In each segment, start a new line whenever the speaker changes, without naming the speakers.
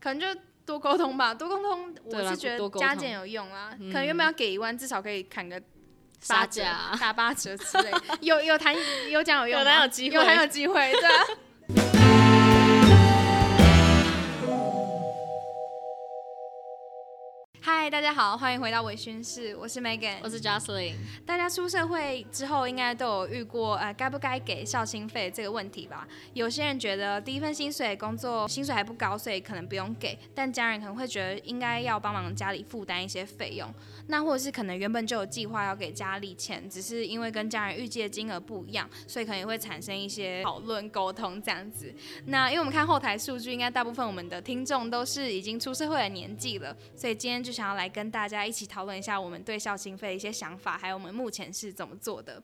可能就多沟通吧，多沟通，
对
我
啦
是觉
多
得
沟
加
通嗯
减有用啊。可能原本要给一万，至少可以砍个八
杀
折
价、
打八折之类。有有谈有讲有用吗，啊
有谈有机会
有谈有机会，对 啊。嗨，大家好，欢迎回到微醺室，我是 Megan，
我是 Jocelyn，
大家出社会之后，应该都有遇过呃，该不该给孝心费这个问题吧？有些人觉得第一份薪水工作薪水还不高，所以可能不用给，但家人可能会觉得应该要帮忙家里负担一些费用。那或者是可能原本就有计划要给家里钱，只是因为跟家人预计的金额不一样，所以可能也会产生一些讨论沟通这样子。那因为我们看后台数据，应该大部分我们的听众都是已经出社会的年纪了，所以今天就想要来跟大家一起讨论一下我们对孝心费的一些想法，还有我们目前是怎么做的。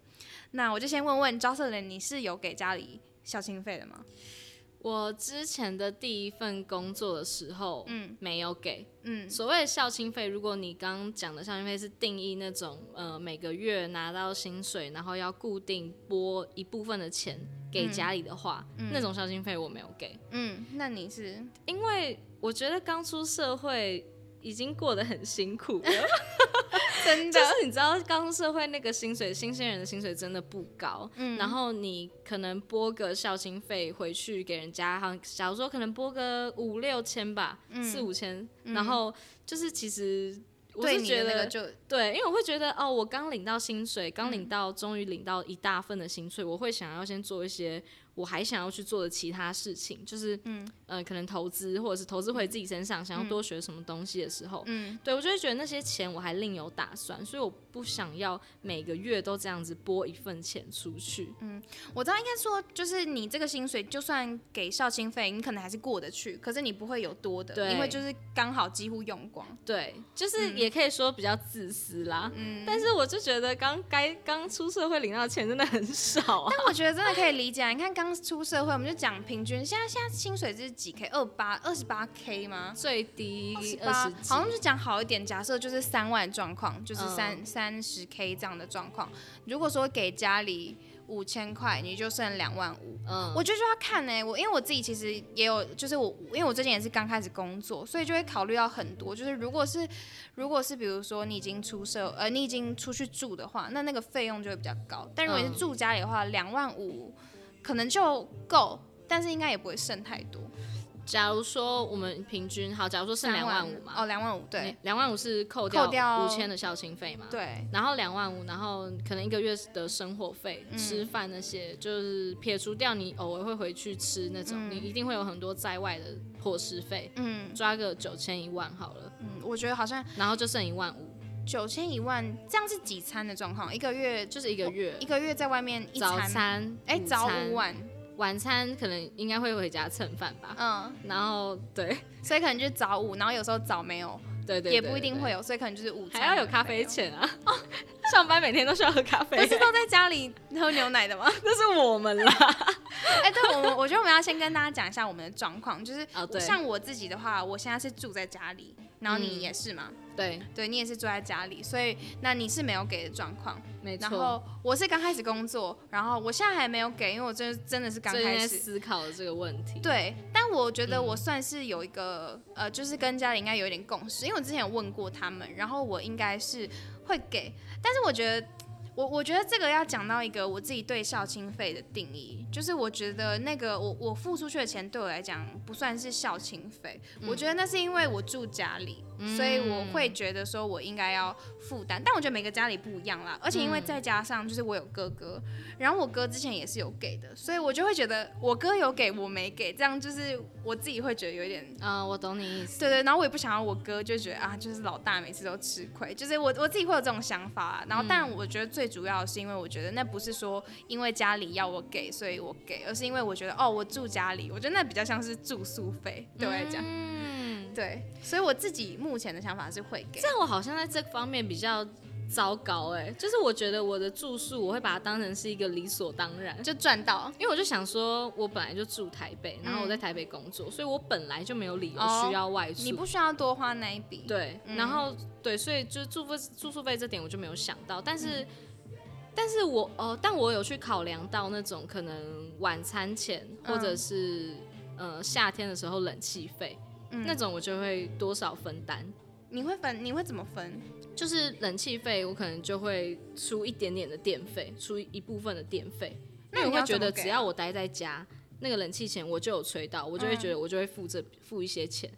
那我就先问问 j o c e l y n 你是有给家里孝心费的吗？
我之前的第一份工作的时候，
嗯
没有给。
嗯
所谓的孝心费，如果你刚刚讲的孝心费是定义那种呃每个月拿到薪水，然后要固定拨一部分的钱给家里的话，那种孝心费我没有给，
嗯，那你 是
因为我觉得刚出社会已经过得很辛苦了。
真
就
的？
是你知道，刚出社会那个薪水，新鲜人的薪水真的不高。
嗯
然后你可能拨个孝心费回去给人家，好像假如说可能拨个五六千吧，
嗯
四五千。然后就是其实我
对
是
你
觉
的那
得
个就
对，因为我会觉得哦，我刚领到薪水，刚领到，终于领到一大份的薪水，我会想要先做一些我还想要去做的其他事情，就是嗯呃，可能投资或者是投资回自己身上，想要多学什么东西的时候，
嗯，
对我就会觉得那些钱我还另有打算，所以我不想要每个月都这样子拨一份钱出去，
我知道，应该说就是你这个薪水，就算给孝心费，你可能还是过得去，可是你不会有多的，
对
因为就是刚好几乎用光。
对，就是也可以说比较自私啦，但是我就觉得刚该刚出社会领到的钱真的很少啊，
但我觉得真的可以理解啊。你看刚出社会，我们就讲平均，现在现在薪水是几 k？二八二十八 k 吗？
最低二
八
十几，
好像就讲好一点，假设就是三万的状况，就是三
嗯
三十 k 这样的状况。如果说给家里五千块，你就剩两万五。
嗯
我觉得就要看呢、欸我因为我自己其实也有，就是我因为我最近也是刚开始工作，所以就会考虑到很多。就是如果是如果是比如说你已经出社呃你已经出去住的话，那那个费用就会比较高。但如果你是
嗯
住家里的话，两万五可能就够，但是应该也不会剩太多。
假如说我们平均好，假如说剩两万五嘛，
哦，两万五，对
你，两万五是扣
扣掉
五千的孝心费嘛，，
对，
然后两万五，然后可能一个月的生活费、
嗯
吃饭那些，就是撇除掉你偶尔会回去吃那种，你一定会有很多在外的伙食费，
嗯
抓个九千一万好了，
嗯，我觉得好像
然后就剩一万五，
九千一万这样是几餐的状况，一个月
就是一个月
一。个月在外面哦一
早
餐，
餐，
哎、
午
早
餐
五，万，
晚餐可能应该会回家蹭饭吧。
嗯，
然后，对
所以可能就是早五，然后有时候早没有。
对对对，
也不一定
对
会有，所以可能就是午餐
还要有咖啡。钱啊！ 上班每天都需要喝咖啡
哦不，是都在家里喝牛奶的吗？
那是我们啦。
哎、对，我们我觉得我们要先跟大家讲一下我们的状况，就是、
哦对
像我自己的话，我现在是住在家里，然后你
嗯
也是嘛，
对，
对你也是住在家里，所以那你是没有给的状况。
没
然
错。
后我是刚开始工作，然后我现在还没有给，因为我真的真的是刚
最近
开
在
始。
思考这个问题。
对，但我觉得我算是有一个、呃，就是跟家里应该有一点共识，因为我之前有问过他们，然后我应该是会给，但是我觉得。我我觉得这个要讲到一个我自己对孝亲费的定义，就是我觉得那个我我付出去的钱对我来讲不算是孝亲费，我觉得那是因为我住家里，所以我会觉得说我应该要负担，但我觉得每个家里不一样啦，而且因为再加上就是我有哥哥，然后我哥之前也是有给的，所以我就会觉得我哥有给我没给，这样就是我自己会觉得有一点。
嗯，我懂你意思。
对对，然后我也不想要我哥就觉得啊，就是老大每次都吃亏，就是我我自己会有这种想法啊。然后，但
嗯
我觉得最主要的是因为我觉得那不是说因为家里要我给，所以我给，而是因为我觉得哦，我住家里，我觉得那比较像是住宿费，对我来讲，
嗯，
对。所以我自己目前的想法是会给，
但我好像在这方面比较糟糕哎、就是我觉得我的住宿，我会把它当成是一个理所当然。
就赚到
因为我就想说，我本来就住台北，然后我在台北工作，所以我本来就没有理由
嗯哦
需要外出。
你不需要多花那一笔。
对，然后对，所以就是住宿住宿费这点我就没有想到，但是，但是我哦，但我有去考量到那种可能晚餐钱或者是、呃夏天的时候冷气费，那种我就会多少分担。
你会分，你会怎么分？
就是冷气费，我可能就会出一点点的电费，出一部分的电费，因
那
为
你
我会
要
觉
怎么
得
给
只
啊嗯
要我待在家，那个冷气钱我就有吹到，我就会觉得我就会付这付一些钱，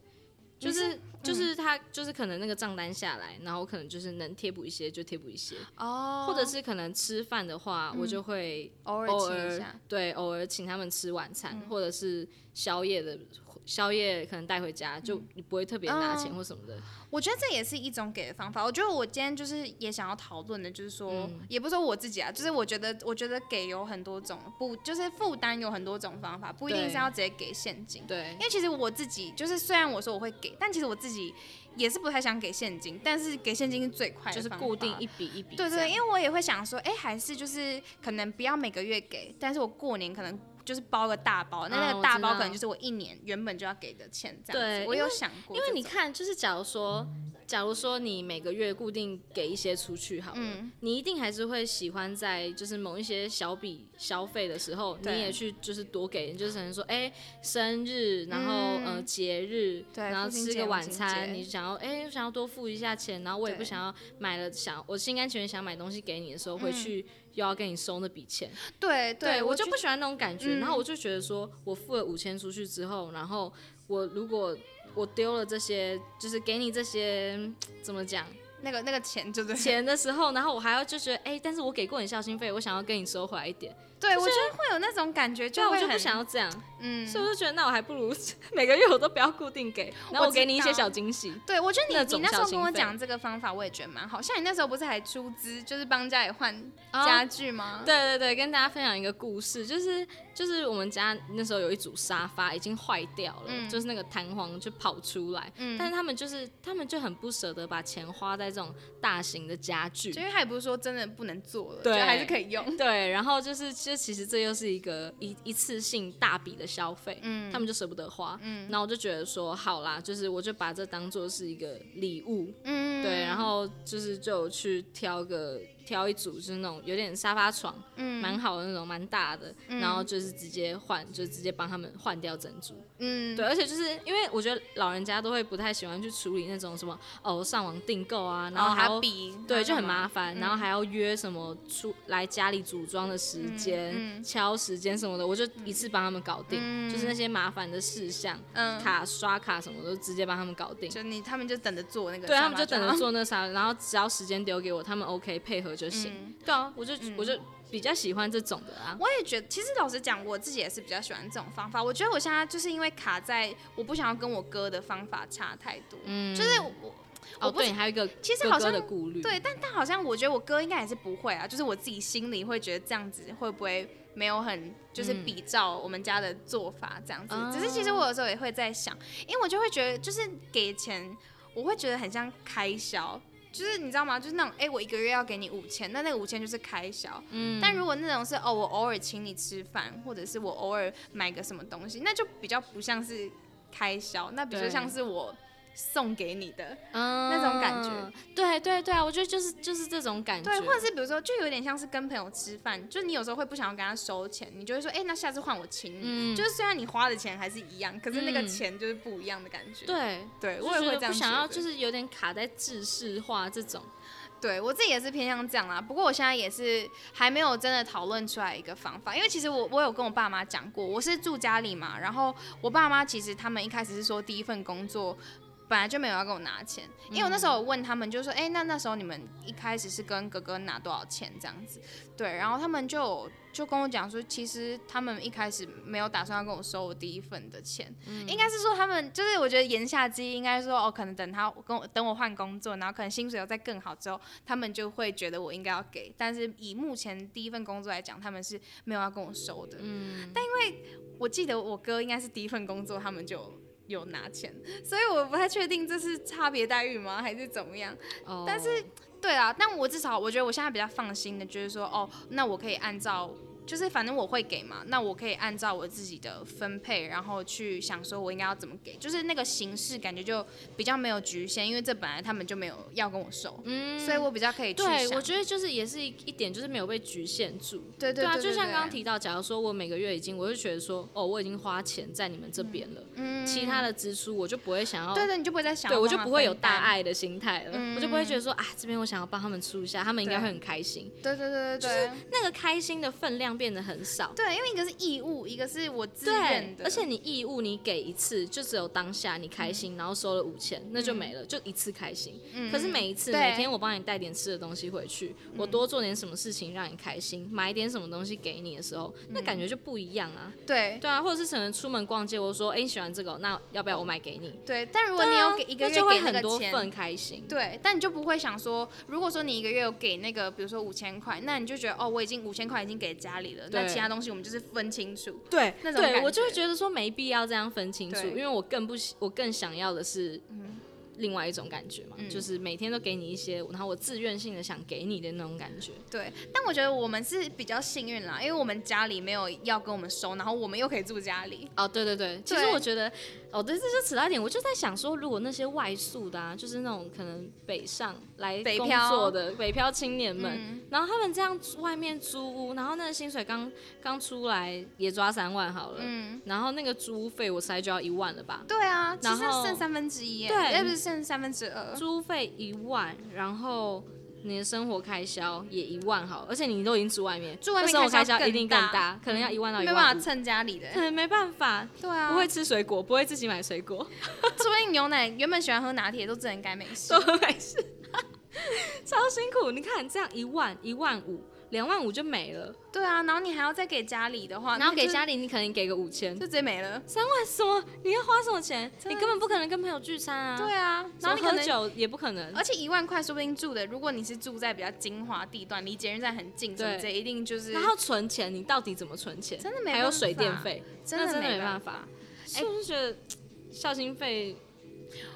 就
你是嗯
是。就是他，就是可能那个账单下来，然后我可能就是能贴补一些就贴补一些，
哦嗯
或者是可能吃饭的话，我就会
偶尔
偶
请一
尔
下，嗯
对偶尔请他们吃晚餐，或者是宵夜的宵夜可能带回家，就
嗯
你不会特别拿
哦
钱或什么的。
我觉得这也是一种给的方法。我觉得我今天就是也想要讨论的，就是说，
嗯
也不是说我自己啊，就是我觉得，我觉得给有很多种，不就是负担有很多种方法，不一定
对
是要直接给现金。
对
因，为其实我自己就是，虽然我说我会给，但其实我自己也是不太想给现金，但是给现金是最快的，
就是固定。一笔一笔这
对
样。
对，因为我也会想说，哎，还是就是可能不要每个月给，但是我过年可能就是包个大包，那
嗯
那
我
个大
知
包可
道
能就是我一年原本就要给的钱这样子。
对
我有想过
因为
这
你
种
看，就是假如说，假如说你每个月固定给一些出去好了，
嗯
你一定还是会喜欢在就是某一些小笔消费的时候，你
对
也去就是多给，就是可能说，哎、生日，然后、呃节日，
嗯对
然后
父亲
吃
节
个
母
晚
亲
餐，
节
你想要哎、想要多付一下钱，然后我也不
对嗯
想要买了想我心甘情愿想买东西给你的时候，回去又要跟你收那笔钱。
对
对我
我嗯
就
觉
不喜欢那种感觉。然后我就觉得说，我付了五千出去之后，然后我如果我丢了这些，就是给你这些嗯怎 么讲
那个那个钱，对不 对？
钱的时候，然后我还要就觉得，哎、但是我给过你孝心费，我想要跟你收回来一点，
对，我觉得会有那种感觉，
对啊，
会
我就不
很
想要这样，
嗯，
所以我就觉得，那我还不如 每个月我都不要固定给，然后
我
我给
知
你一些
道
小惊喜。
对，我觉得
那
你
种
你那时候
小
跟我
心费
讲这个方法，我也觉得蛮好。像你那时候不是还出资，就是帮家里换
哦
家具吗？
对对对，跟大家分享一个故事，就是就是我们家那时候有一组沙发已经坏掉了，就是那个弹簧就跑出来，但是他们就是他们就很不舍得把钱花在这种大型的家具
就。因为他也不是说真的不能做了，
对
觉得还是可以用。
对，啊然后就是，就其实这又是一个一一次性大笔的消费，他们就舍不得花，嗯，那我就觉得说，好啦，就是我就把这当做是一个礼物，
嗯，
对，啊然后就是就有去挑个挑一组，就是那种有点沙发床，嗯，蛮好的那种，蛮大的，然后就是直接换，就直接帮他们换掉整组。
嗯，
对，而且就是因为我觉得老人家都会不太喜欢去处理那种什么哦上网订购啊，然
然
后
后
还
还
要、
要比，
对就很麻
麻
烦，然后还要约什么出来家里组装的时间、敲时间什么的，我就一次帮他们搞定，就是那些麻烦的事项，
嗯
卡刷卡什么的，都直接帮他们搞定。
就你他们就等着做那个
对啊
沙
他
发床，
们就等着做那啥，然后只要时间丢给我，他们 OK 配合就行。
嗯
对啊，我就、我就比较喜欢这种的啊。
我也觉得，其实老实讲，我自己也是比较喜欢这种方法。我觉得我现在就是因为卡在我不想要跟我哥的方法差太多，嗯，就是我
哦，
我不
对，还有一个
其实
哥
好
哥
像
的顾虑，
对，但但好像我觉得我哥应该也是不会啊，就是我自己心里会觉得这样子会不会没有很就是比照我们家的做法这样子。
嗯哦
只是其实我有时候也会在想，因为我就会觉得就是给钱，我会觉得很像开销。就是你知道吗？就是那种，哎、我一个月要给你五千，那那个五千就是开销。嗯。但如果那种是哦，我偶尔请你吃饭，或者是我偶尔买个什么东西，那就比较不像是开销，那比较
对
像是我送给你的。
嗯
那种感觉。
对对对啊，我觉得就是就是这种感觉。
对，或者是比如说，就有点像是跟朋友吃饭，就你有时候会不想要跟他收钱，你就会说，哎、那下次换我请你。就是虽然你花的钱还是一样，可是那个
嗯
钱就是不一样的感觉。
对，
对，
就
我也
觉
会
得
这样
不想要，
觉得
就是有点卡在制式化这种。
对我自己也是偏向这样啦。不过我现在也是还没有真的讨论出来一个方法，因为其实我我有跟我爸妈讲过，我是住家里嘛，然后我爸妈其实他们一开始是说第一份工作。本来就没有要给我拿钱，因为我那时候有问他们，就说，哎、那那时候你们一开始是跟哥哥拿多少钱这样子？对，然后他们就有就跟我讲说，其实他们一开始没有打算要跟我收我第一份的钱，应该是说他们就是我觉得言下之意应该说，哦，可能等他跟我等我换工作，然后可能薪水有再更好之后，他们就会觉得我应该要给，但是以目前第一份工作来讲，他们是没有要跟我收的。嗯，但因为我记得我哥应该是第一份工作，他们就有拿钱，所以我不太确定这是差别待遇吗，还是怎么样？
哦，
但是对啊，但我至少我觉得我现在比较放心的，就是说，哦，那我可以按照就是反正我会给嘛，那我可以按照我自己的分配，然后去想说我应该要怎么给，就是那个形式感觉就比较没有局限，因为这本来他们就没有要跟我收，嗯，所以我比较可以去
对，
想
我觉得就是也是一一点，就是没有被局限住。
对对
啊，
对
就像
对
刚刚提到，假如说我每个月已经，我就觉得说，哦，我已经花钱在你们这边了，其他的支出我就不会想要，
嗯对对，你就不会再想，
对我就不会有大，爱的心态了，
嗯
我就不会觉得说，啊，这边我想要帮他们出一下，他们应该
对
会很开心。
对对对对对，
那个开心的分量变得很少。
对，因为一个是义务，一个是我自
对
愿，的，
而且你义务你给一次，就只有当下你开心，然后收了五千，那就没了，就一次开心。可是每一次
对
每天我帮你带点吃的东西回去，我多做点什么事情让你开心，买点什么东西给你的时候，那感觉就不一样啊。
对
对啊，或者是可能出门逛街，我说哎、你喜欢这个，那要不要我买给你？
对，但如果你有给
对啊
一个
那
月
就会
给那
很
个
多
钱。
份开心。
对，但你就不会想说，如果说你一个月有给那个，比如说五千块，那你就觉得哦，我已经五千块已经给家里了，那
对
其他东西我们就是分清楚。
对
那种
对
感
我就会
觉
觉得说没必要这样分清楚，
对嗯
因为我更不喜，我更想要的是另外一种感觉嘛，就是每天都给你一些，然后我自愿性的想给你的那种感觉。
对，但我觉得我们是比较幸运啦，因为我们家里没有要跟我们收，然后我们又可以住家里。
哦，对对对，其实
对
我觉得，哦，对，这就扯到一点，我就在想说，如果那些外宿的啊，就是那种可能北上来
北
工
漂嗯
作的北漂青年们，然后他们这样外面租屋，然后那个薪水刚刚出来也抓三万好了，
嗯
然后那个租屋费我猜就要一万了吧，
对啊，其
然
实剩
后
三分之一耶，
对
要不是剩三分之二。
租费一万，然后你的生活开销也一万好，而且你都已经住外面，
住外面
那生活开
开销
销一
更
定更
大
大，嗯可能要一万到一
没
万
办
五
法蹭家里的，
可能嗯没办法，
对啊，
不会，吃水果，不会自己买水 果，
说不定牛奶原本喜欢喝拿铁，都只能改美式
都。还是 超辛苦。你看这样一万一万五。两万五就没了，
对啊，然后你还要再给家里的话，
然后
那
给
就
家里你可能给个五千
就，直接没了。
为什么你要花什么钱？
真
你
的
根本不可能跟朋友聚餐啊，
对啊，
什
然
么
后你可
喝
能，
酒也不可 能，
而且一万块说不定住的，如果你是住在比较精华地段，离捷运站很近，什么
对
这一定就是
然后存钱你到底怎么存钱？
真的没
还有
办
水电
法
费，
真
那
的
真的
没
没办
法。
是不是觉得孝心费？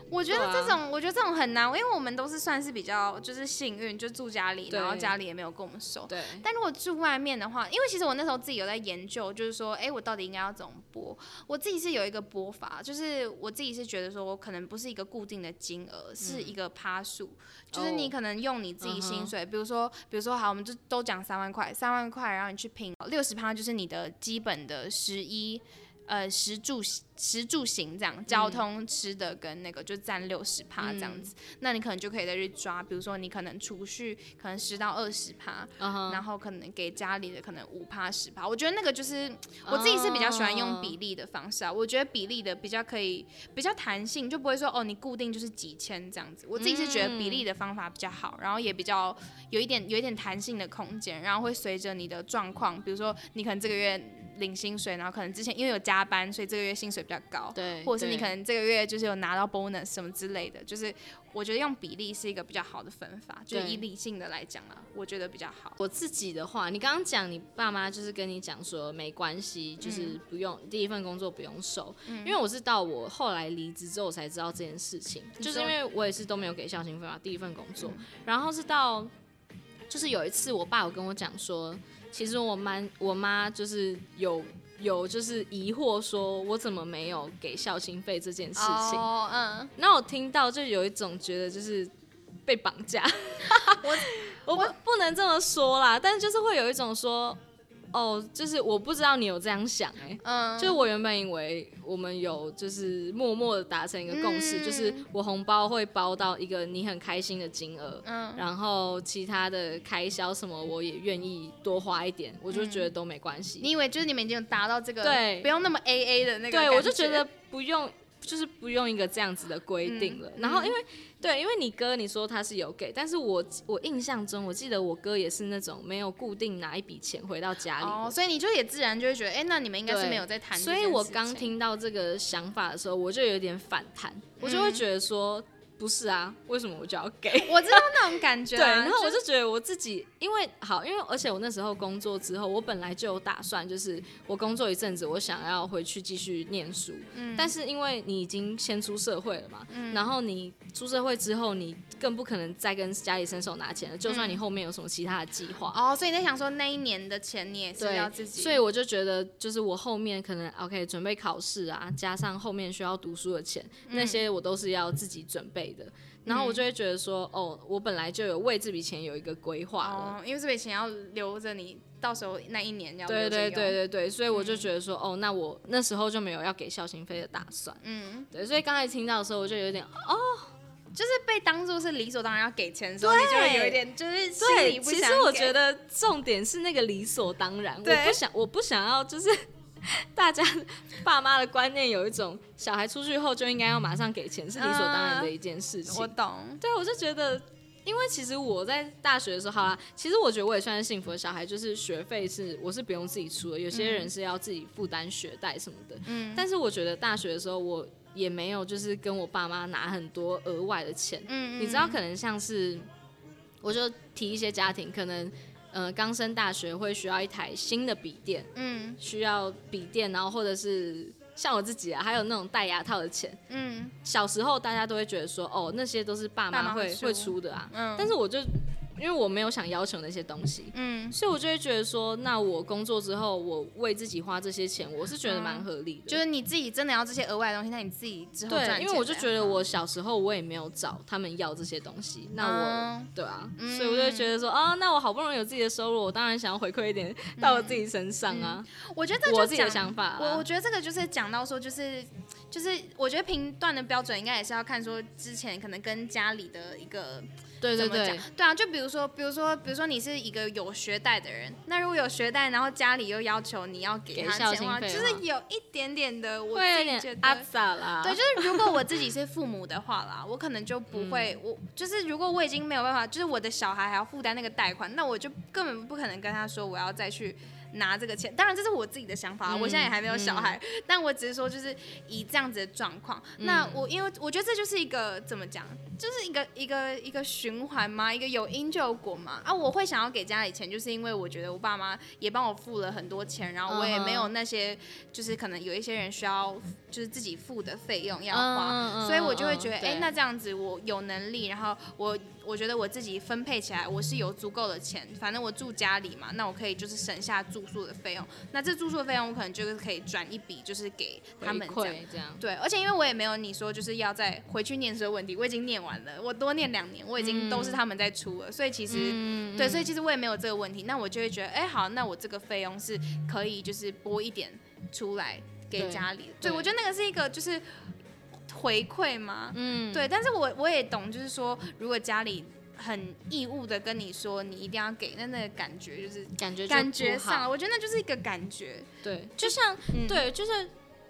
我觉
对
得
啊
这种，我觉得这种很难，因为我们都是算是比较就是幸运，就住家里，
对
然后家里也没有跟我们收。
对，
但如果住外面的话，因为其实我那时候自己有在研究，就是说，哎、我到底应该要怎么播？我自己是有一个播法，就是我自己是觉得说，我可能不是一个固定的金额，是一个趴数，就是你
嗯哦
可能用你自己
嗯哼
薪水，比如说，比如说好，我们就都讲三万块，三万块，然后你去拼六十趴，就是你的基本的十一。呃，食住食住行这
嗯
样，交通、吃的跟那个就占六十趴这样子，那你可能就可以再去抓，比如说你可能储蓄可能十到二十趴，
嗯哼，
然后可能给家里的可能五趴十趴，我觉得那个就是我自己是比较喜欢
哦
用比例的方式啊，我觉得比例的比较可以比较弹性，就不会说哦你固定就是几千这样子，我自己是觉得比
嗯
例的方法比较好，然后也比较有一点有一点弹性的空间，然后会随着你的状况，比如说你可能这个月领薪水，然后可能之前因为有加班，所以这个月薪水比较高，
对，
或者是你
对
可能这个月就是有拿到 bonus 什么之类的，就是我觉得用比例是一个比较好的分法，就是
对
以理性的来讲啦，我觉得比较好。
我自己的话，你刚刚讲你爸妈就是跟你讲说没关系，就是不用、第一份工作不用收，因为我是到我后来离职之后我才知道这件事情，就是因为我也是都没有给孝心费嘛，第一份工作，然后是到就是有一次我爸有跟我讲说，其实我妈我妈就是有有就是疑惑说我怎么没有给孝心费这件事情，
哦，嗯，
那我听到就有一种觉得就是被绑 架， 我我不不能这么说啦，但就是会有一种说，哦，就是我不知道你有这样想哎、
嗯，
就是我原本以为我们有就是默默的达成一个共识，
嗯
就是我红包会包到一个你很开心的金额，
嗯
然后其他的开销什么我也愿意多花一点，我就觉得都没关系。
你以为就是你们已经有达到这个，
对
不用那么 A A 的那个，
对，我就觉得，不用，就是不用一个这样子的规
嗯
定了。然后因为、对，因为你哥你说他是有给，但是我我印象中，我记得我哥也是那种没有固定拿一笔钱回到家里的。
哦，所以你就也自然就会觉得，哎，那你们应该是
对
没有在谈这件
所
事情，嗯
以我刚听到这个想法的时候，我就有点反弹，我就会觉得说，不是啊，为什么我就要给？
我知道那种 感觉、
对，
啊。
然后我就觉得我自己，因为好，因为而且我那时候工作之后，我本来就有打算，就是我工作一阵子，我想要回去继续念书。
嗯
但是因为你已经先出社会了嘛，然后你出社会之后，你更不可能再跟家里伸手拿钱了，就算你后面有什么其他的计划。
嗯哦，所以你在想说那一年的钱你也是要自己，
所以我就觉得，就是我后面可能 OK 准备考试啊，加上后面需要读书的钱，
嗯
那些我都是要自己准备的。然后我就会觉得说，哦，我本来就有为这笔钱有一个规划了。
哦，因为这笔钱要留着你，到时候那一年要
对
留着
对
用
对对对，所以
嗯
我就觉得说，哦，那我那时候就没有要给孝心费的打算。嗯，对，所以刚才听到的时候，我就有点
就是被当做是理所当然要给钱的时候，你就会有一点就是心里
对，
不
其
想
实我
给
觉得重点是那个理所当然，
对
我不想，我不想要就是 大家爸妈的观念有一种小孩出去后就应该要马上给钱是理所当然的一件事
嗯
情。
我懂，
对，我就觉得，因为其实我在大学的时候，好啦，其实我觉得我也算是幸福的小孩，就是学费是我是不用自己出的，有
嗯
些人是要自己负担学贷什么的。嗯，但是我觉得大学的时候我。也没有，就是跟我爸妈拿很多额外的钱，
嗯
你知道，可能像是，我就提一些家庭，可能呃刚升大学会需要一台新的笔电，
嗯
需要笔电，然后或者是像我自己啊，还有那种戴牙套的钱。
嗯，
小时候大家都会觉得说，哦，那些都是爸
爸
妈
妈会
会
出
会出的啊。但是我就因为我没有想要求那些东西，
嗯，
所以我就会觉得说，那我工作之后，我为自己花这些钱，我是觉得蛮合理的。
嗯就是你自己真的要这些额外的东西，那你自己之后赚
对，
钱啊嗯
因为我就
再
觉得我小时候我也没有找他们要这些东西，那我、
嗯
对啊，所以我就会觉得说，啊，那我好不容易有自己的收入，我当然想要回馈一点到我自己身上啊，
我觉得嗯这
我
就
自己的
讲
想法、啊。
我我觉得这个就是讲到说，就是就是，我觉得评断的标准应该也是要看说之前可能跟家里的一个
对
怎
对
么
对
讲，，对啊，就比如说，比如说，比如说你是一个有学贷的人，那如果有学贷，然后家里又要求你要给
给
他
孝
钱的话，
心
就
费
是
嘛
有一点点的，我
会有
自己觉
点
得
阿杂啦。
对，就是如果我自己是父母的话啦，我可能就不会，
嗯
我就是如果我已经没有办法，就是我的小孩还要负担那个贷款，那我就根本不可能跟他说我要再去拿这个钱。当然这是我自己的想法啊，我现在也还没有小孩，
嗯
但我只是说就是以这样子的状况，那
嗯
我因为我觉得这就是一个怎么讲，就是一个一个一个循环嘛，一个有因就有果嘛。啊，我会想要给家里钱，就是因为我觉得我爸妈也帮我付了很多钱，然后我也
嗯哼
没有那些就是可能有一些人需要就是自己付的费用要花，
嗯，嗯
所以我就会觉得，
嗯
哎、
对
那这样子我有能力，然后我我觉得我自己分配起来我是有足够的钱，反正我住家里嘛，那我可以就是省下住宿的费用，那这住宿的费用我可能就是可以转一笔，就是给他们这
回
样。
馈这样。
对，而且因为我也没有你说就是要再回去念书的问题，我已经念完了，我多念两年，我已经都
嗯
是他们在出了，所以其实、对，所以其实我也没有这个问题，那我就会觉得，哎、好，那我这个费用是可以就是拨一点出来给
对
家里的，
对
对我觉得那个是一个就是回馈嘛，嗯，对，但是我我也懂，就是说如果家里。很义务的跟你说，你一定要给，那那个感觉就是
感觉就
感觉
不好
上，我觉得那就是一个感觉，
对，就像、
嗯
对，就是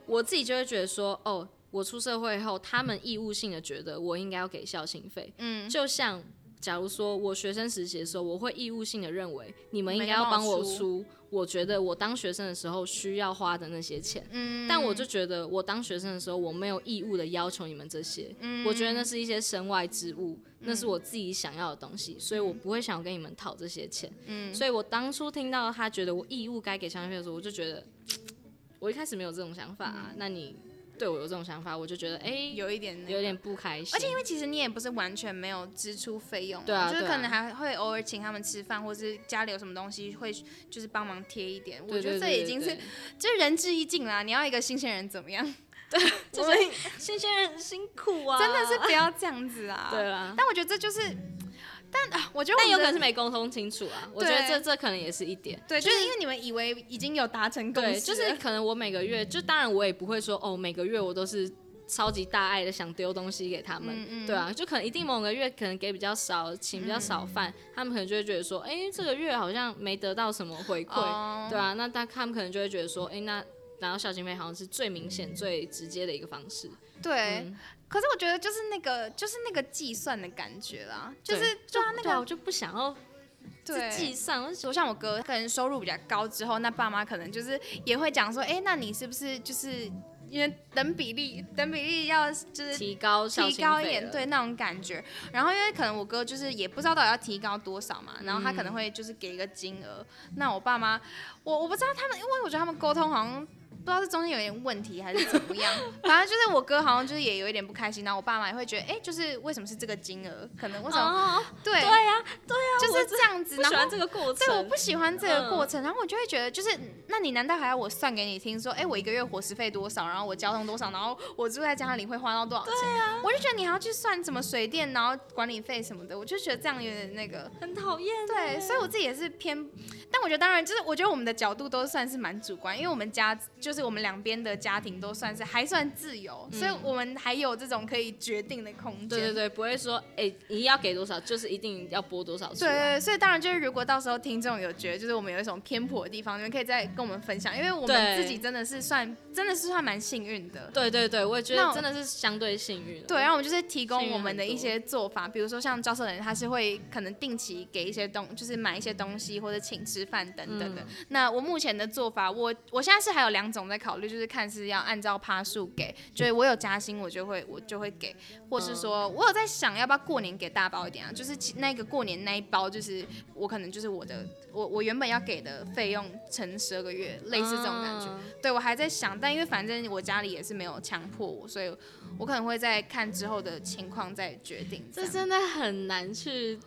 我自己就会觉得说，哦，我出社会后，他们义务性的觉得我应该要给孝心费，嗯，就像。假如说我学生实习的时候，我会义务性的认为你们应该要帮我
你们要
出，我觉得我当学生的时候需要花的那些钱，
嗯，
但我就觉得我当学生的时候我没有义务的要求你们这些，
嗯
我觉得那是一些身外之物，那是我自己想要的东西，
嗯
所以我不会想要跟你们讨这些钱。所以我当初听到他觉得我义务该给消费的时候，我就觉得，嘖嗯我一开始没有这种想法、啊。那你对我有这种想法，我就觉得哎、
嗯有一点、那个
有点不开心。
而且因为其实你也不是完全没有支出费用嘛，
对啊
就是
对啊
可能还会偶尔请他们吃饭，或是家里有什么东西会就是帮忙贴一点。
对
我觉得
对
这
对
已经
对
是就是仁至义尽啦。你要一个新鲜人怎么样？
对就是 新鲜人很辛苦啊，
真的是不要这样子啊。
对。啦。
但我觉得这就是，但啊，我觉得我
但
们
有可
的
能是没沟通清楚啊，我觉得
对
这这可能也是一点。
对，就是因为你们以为已经有达成共识
对，
了，
就是可能我每个月，就当然我也不会说哦，每个月我都是超级大爱的想丢东西给他们，
嗯
对啊，就可能一定某个月可能给比较少，请比较
嗯
少饭，他们可能就会觉得说，哎、这个月好像没得到什么回馈，
哦
对啊，那他他们可能就会觉得说，哎、那拿到孝心费好像是最明显、最直接的一个方式，
对。
嗯
可是我觉得就是那个就是那个计算的感觉啦，就是
对
对啊那
对啊，
个
我就不想要
对
自计算，我就觉
说像我哥，可能收入比较高之后，那爸妈可能就是也会讲说，哎、那你是不是就是因为等比例，等比例要就是
提高孝
提
心
高一
费
点，
了，
对那种感觉。然后因为可能我哥就是也不知道到底要提高多少嘛，然后他可
嗯
能会就是给一个金额。那我爸妈，我我不知道他们，因为我觉得他们沟通好像。不知道是中间有点问题还是怎么样，反正就是我哥好像就是也有一点不开心，然后我爸妈也会觉得，哎、就是为什么是这个金额？可能为什么、
哦，
对
对啊呀、
就是这样子，
不
然
喜
后
欢这个过程，嗯
对，我不喜欢这个过程，然后我就会觉得，就是那你难道还要我算给你听说，哎、我一个月伙食费多少，然后我交通多少，然后我住在家里会花到多少钱？
啊
我就觉得你还要去算什么水电，然后管理费什么的，我就觉得这样有点那个。
很讨厌欸。
对，所以我自己也是偏，但我觉得当然就是，我觉得我们的角度都算是蛮主观，因为我们家就是我们两边的家庭都算是还算自由，所以我们还有这种可以决定的空间。
嗯对对对，不会说哎、你要给多少，就是一定要拨多少出
对
来。
对，所以当然就是，如果到时候听众有觉得就是我们有一种偏颇的地方，你们可以再跟我们分享，因为我们
对
自己真的是算真的是算蛮幸运的。
对对对，我也觉
那
得
我
真的是相对幸运了。
对，然后我们就是提
幸
供
运
我们的
很
一
多
些做法，比如说像招生人，他是会可能定期给一些东，就是买一些东西或者请吃饭等等
嗯
的。那我目前的做法，我我现在是还有两种在考虑，就是看是要按照趴数给，就是我有加薪我就会我就会给，或是说
嗯
我有在想要不要过年给大包一点啊，就是其那个过年那一包，就是我可能就是我的我我原本要给的费用乘十二个月，类似这种感觉。
嗯
对我还在想，但因为反正我家里也是没有强迫我，所以我可能会在看之后的情况再决定这
这
样。
真的很难去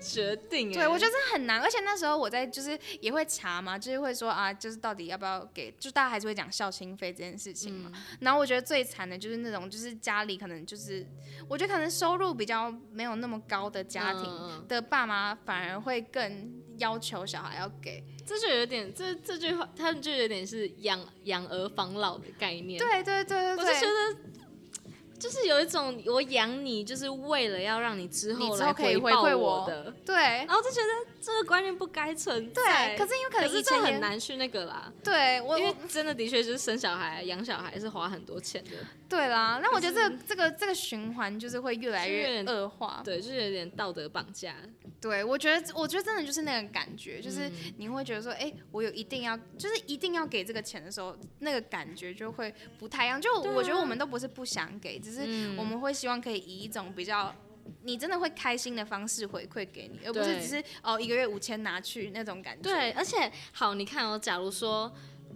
决定哎、
对，我觉得这很难，而且那时候我在就是也会查嘛，就是会说啊，就是到底要不要给，就大家还是会讲孝心费这件事情嘛。然后我觉得最惨的就是那种，就是家里可能就是，我觉得可能收入比较没有那么高的家庭
嗯
的爸妈，反而会更要求小孩要给。
这就有点这这句话，他们就有点是养养儿防老的概念。
对对对对
我
对，
就觉得。就是有一种我养你，就是为了要让你之
你
后
之后
来
可以回
报
馈我
我的，
对
然后就觉得这个观念不该存在。
对，可是因为可
可
能以
是
前
这
也
很，难去那个啦，
对我
因
我
为真的的确就是生小孩、啊养小孩是花很多钱的，
对啦，那我觉得这个这个这个循环就是会越来
是
越
有点
恶化。
对，就是有点道德绑架。
对，我觉得我觉得真的就是那个感觉，就是
嗯
你会觉得说，哎、我有一定要，就是一定要给这个钱的时候，那个感觉就会不太一样。就
对啊嗯
我觉得我们都不是不想给，只是我们会希望可以以一种比较。你真的会开心的方式回馈给你，而不是
对
只是哦一个月五千拿去那种感觉。
对，而且好，你看哦，假如说，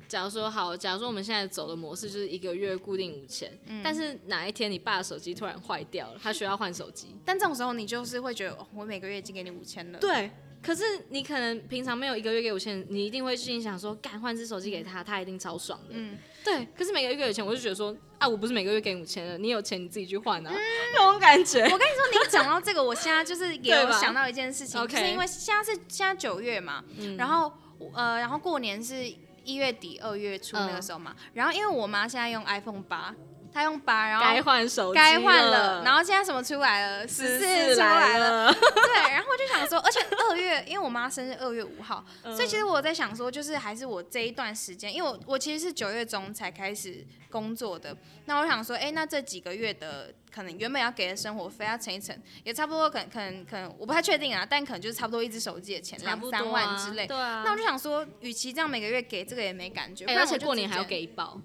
假如说好，假如说我们现在走的模式就是一个月固定五千、
嗯
但是哪一天你爸的手机突然坏掉了，他需要换手机，
但这种时候你就是会觉得，哦我每个月已经给你五千了，
对。可是你可能平常没有一个月给五千，你一定会心里想说，干换只手机给他，他一定超爽的。
嗯
对。可是每个月给五千，我就觉得说，啊，我不是每个月给你五千的，你有钱你自己去换啊，
嗯
那种感觉。
我跟你说，你讲到这个，我现在就是也有
对吧
想到一件事情，
OK 嗯
就是因为现在是现在九月嘛，然后呃，然后过年是一月底二月初那个时候嘛，
嗯
然后因为我妈现在用 iPhone 八，她用八， 然
该
后。
换手机，
该换了，然后现在什么出来了？十
十
四
四
出来了，
了，
对。然后我就想说，而且二月，因为我妈生日二月五号，所以其实
嗯
我在想说，就是还是我这一段时间，因为我我其实是九月中才开始工作的，那我想说，哎、那这几个月的可能原本要给的生活费要乘一乘，也差不多可能，可能可能我不太确定啊，但可能就是差不多一只手机的钱，
差
两
不多啊
三万之类。
对啊，
那我就想说，与其这样每个月给这个也没感觉，
哎、
不然
而
我就
且过年
直
还要
接
给一包，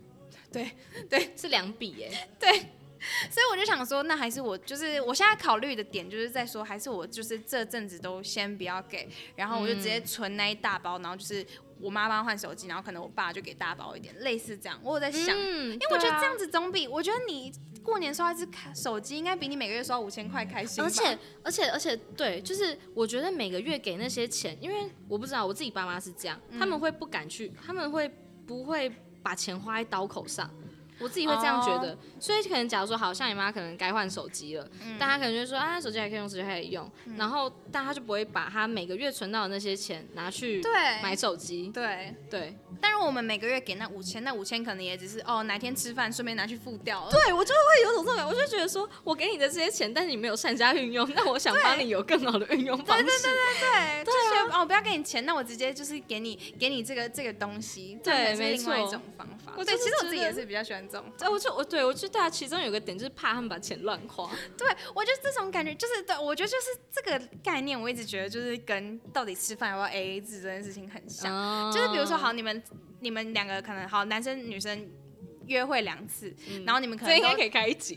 对
对， 是两笔耶、
所以我就想说，那还是我就是我现在考虑的点就是在说，还是我就是这阵子都先不要给，然后我就直接存那一大包，然后就是我妈帮她换手机，然后可能我爸就给大包一点，类似这样。我有在想，
嗯，因
因为我觉得这样子总比、我觉得你过年收到一只卡手机，应该比你每个月收到五千块开心吧。
而且而且而且，对，就是我觉得每个月给那些钱，因为我不知道我自己爸妈是这样，他们会不敢去，他们会不会把钱花在刀口上？我自己会这样觉得所以可能假如说，好像你妈可能该换手机了，但她可能就说啊，手机还可以用，手机还可以用，然后但她就不会把她每个月存到的那些钱拿去
对
买手机，
对，
对，
但是我们每个月给那五千，那五千可能也只是哦哪天吃饭顺便拿去付掉了。
对我就会有种这种感，我就觉得说我给你的这些钱，但是你没有善加运用，那我想帮你有更好的运用方式。啊
对，就是觉得哦不要给你钱，那我直接就是给你给你这个这个东西，这
对
样才是
没
另外一
错
种方法。
我
对，
就
其
是
实我
觉
自己
得
也是比较喜欢这种。
对，我就我对我就对啊，其中有个点就是怕他们把钱乱花，
对，我觉得这种感觉就是，对我觉得就是这个概念，我一直觉得就是跟到底吃饭要不要 A
哦嗯
A 制这件事情很像。就是比如说，好，你们你们两个可能好，男生女生约会两次，然后你们可
这
能
应该
都
嗯可以开一集。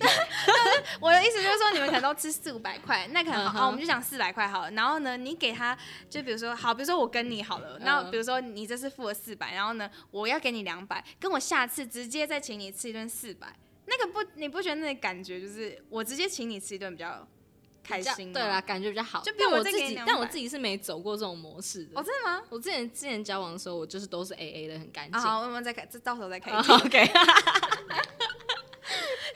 我的意思就是说，你们可能都吃四五百 块，那可能
嗯哼
好、哦，我们就讲四百块好了。然后呢，你给他就比如说好，比如说我跟你好了，那
嗯
比如说你这次付了四百，然后呢，我要给你两百，跟我下次直接再请你吃一顿四百，那个不，你不觉得那个感觉就是我直接请你吃一顿比较开心吗？
对啦，，感觉啊比较好。
就比
但
我
我
再
自
给你
己
200，
但我自己是没走过这种模式的。
哦，真的吗？
我之前之前交往的时候，我就是都是 A A 的，很干
啊、
净。
好，我们再 开，这到时候再开一集。
o k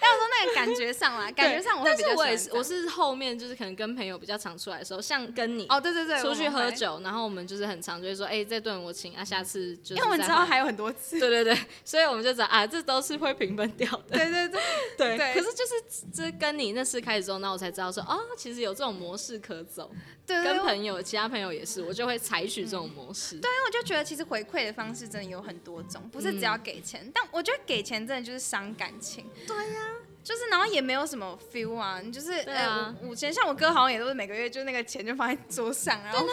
但我说那个感觉上啦，感觉上我会
但
比较
是
喜
我
欢
也
这
是，
样
我是后面就是可能跟朋友比较常出来的时候，像跟你
哦，对对对，
出去
我们
喝
会，
酒，然后我们就是很常就会说，哎、这顿我请啊，下次就是
因为我们
再
知道
换
还有很多 次。
对对对，所以我们就知道啊，这都是会平分掉的。
对对对，
对
对
可是就是这跟你那次开始之后，那我才知道说，哦，其实有这种模式可走。
对对
跟
对，
朋友，其他朋友也是，我就会采取这种模式。对，
因为我就觉得其实回馈的方式真的有很多种，不是只要
嗯
给钱。但我觉得给钱真的就是伤感情。对呀、就是然后也没有什么 feel 啊，你就是
对啊
呃五五千，像我哥好像也都是每个月就那个钱就放在桌上，然后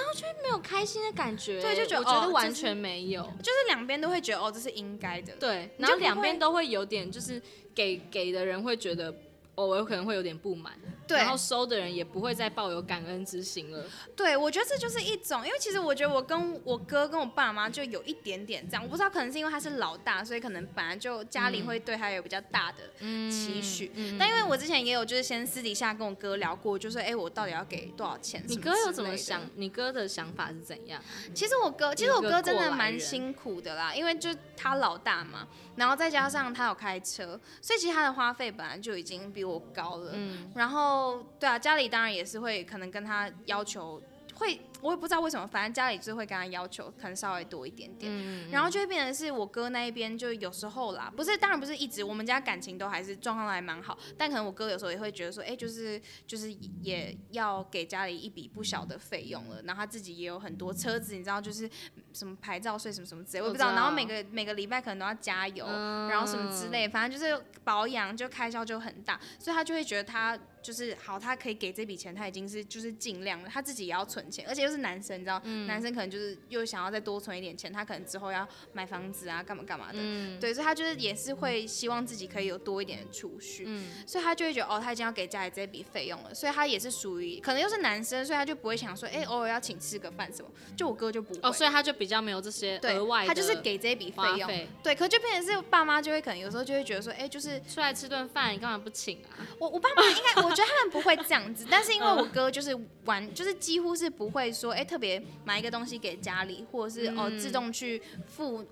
没有开心的感觉，
对就觉得
我觉
哦
得完
就是
全没有。
就是两边都会觉得哦这是应该的。
对，
你就
然后
不
两
会
边都会有点，就是给给的人会觉得，哦，我有可能会有点不满，
对
然后收的人也不会再抱有感恩之心了。
对，我觉得这就是一种，因为其实我觉得我跟我哥跟我爸妈就有一点点这样，我不知道可能是因为他是老大，所以可能本来就家
嗯
里会对他有比较大的嗯期许。但因为我之前也有就是先私底下跟我哥聊过，就说哎、我到底要给多少钱？
你
什
哥
之
又怎么
类的
想？你哥的想法是怎样？
其实我哥，其实
一
我
个
哥真
过
的
来
蛮
人
辛苦的啦，因为就他老大嘛，然后再加上他有开车，所以其实他的花费本来就已经比我高了。
嗯
然后对啊，家里当然也是会可能跟他要求，会我也不知道为什么，反正家里就是会跟他要求可能稍微多一点点。
嗯，
然后就会变成是我哥那一边，就有时候啦，不是，当然不是一直，我们家感情都还是状况都还蛮好，但可能我哥有时候也会觉得说，哎、就是就是也要给家里一笔不小的费用了，然后他自己也有很多车子，你知道就是什么牌照税什么什么之类，我也不知道，
我知
然
道嗯
后每个每个礼拜可能都要加油，然后什么之类，反正就是保养就开销就很大，所以他就会觉得他。就是好，他可以给这笔钱，他已经是就是尽量了，他自己也要存钱，而且又是男生，你知道，
嗯
男生可能就是又想要再多存一点钱，他可能之后要买房子啊，干嘛干嘛的，
嗯
对，所以他就是也是会希望自己可以有多一点的储蓄，
嗯
所以他就会觉得哦，他已经要给家里这笔费用了，所以他也是属于可能又是男生，所以他就不会想说，哎、偶尔要请吃个饭什么，就我哥就不会，
嗯哦，所以他就比较没有这些
对
额外的，
他就是给这笔
花
费用，
费。
对，可就变成是爸妈就会可能有时候就会觉得说，哎、就是
出来吃顿饭，你干嘛不请啊？
我我爸妈应该，我觉得他们不会这样子，但是因为我哥就是玩，就是几乎是不会说，哎、特别买一个东西给家里，或者是、哦自动去付，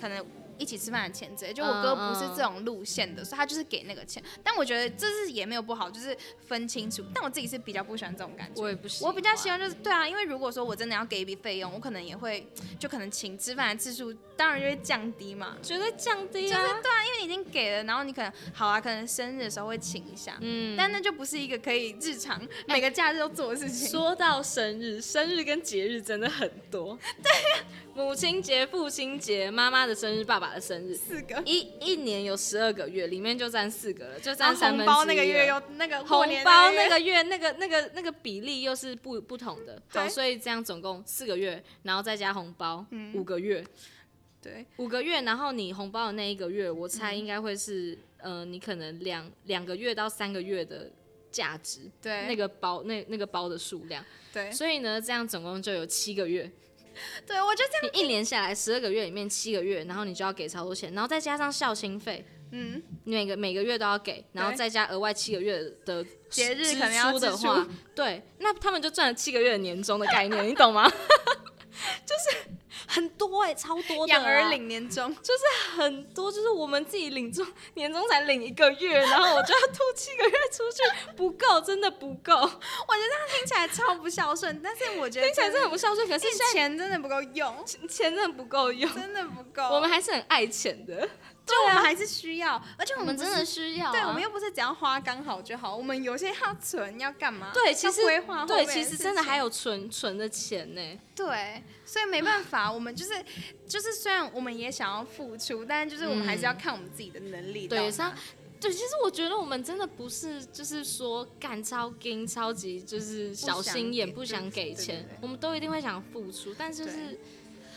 可能。一起吃饭的钱之类，就我哥不是这种路线的，所以他就是给那个钱。但我觉得这是也没有不好，就是分清楚。但我自己是比较不喜欢这种感觉，
我也不喜
我
欢，
比较喜欢就是对啊，因为如果说我真的要给一笔费用，我可能也会就可能请吃饭的次数当然就会降低嘛。
绝对降低啊。
因为你已经给了，然后你可能好啊，可能生日的时候会请一下，
嗯哎
但那就不是一个可以日常每个假日都做的事情。
说到生日，生日跟节日真的很多。对呀、母亲节、父亲节、妈妈的生日、爸爸的生日，
四个，
一一年有十二个月，里面就占四个了，就
然
占
后
三分
啊红
之
包那
一
个月
了
又那个过
红
年
包那
那
个月那个那个那个比例又是不不同的。
对
好，所以这样总共四个月，然后再加红包，
嗯
五个月，
对
五个月，然后你红包的那一个月，我猜
嗯
应该会是、呃，你可能两两个月到三个月的价值，
对
那个包那那个包的数量，
对
所以呢，这样总共就有七个月，
对，我就这样，
你一年下来十二个月里面七个月，然后你就要给超多钱，然后再加上孝心费，
嗯，
你每个每个月都要给，然后再加额外七个月的
节日
支
可能要
出
支
的
出
话，对，那他们就赚了七个月的年终的概念，你懂吗？ 就是很多哎、超多的
养儿
啊
领年终，
很多就是我们自己领中年终才领一个月，然后我就要吐七个月出去，不够，真的不 够，听
听起来超不孝 顺，但是我觉得
起来真的很不孝顺。可是
这钱真的不够 用，
现在 钱真的不够 用，
真的不够，
我们还是很爱钱的，
就我们还是需要，而且我
我们
不
真
是
的需要啊、
对，我们又不是只要花刚好就好，我们有些要存，要干嘛？
对，其实
要规划后面
对，
的
其实真的
事情
还有存存的钱呢。
对，所以没办法，我们就是就是，虽然我们也想要付出，但是就是我们还是要看我们自己的能力到哪。
对，像对，其实我觉得我们真的不是就是说干超金超级就是小心眼，
不
不
想
想
给
给钱，
对对对
我们都一定会想付出，但就是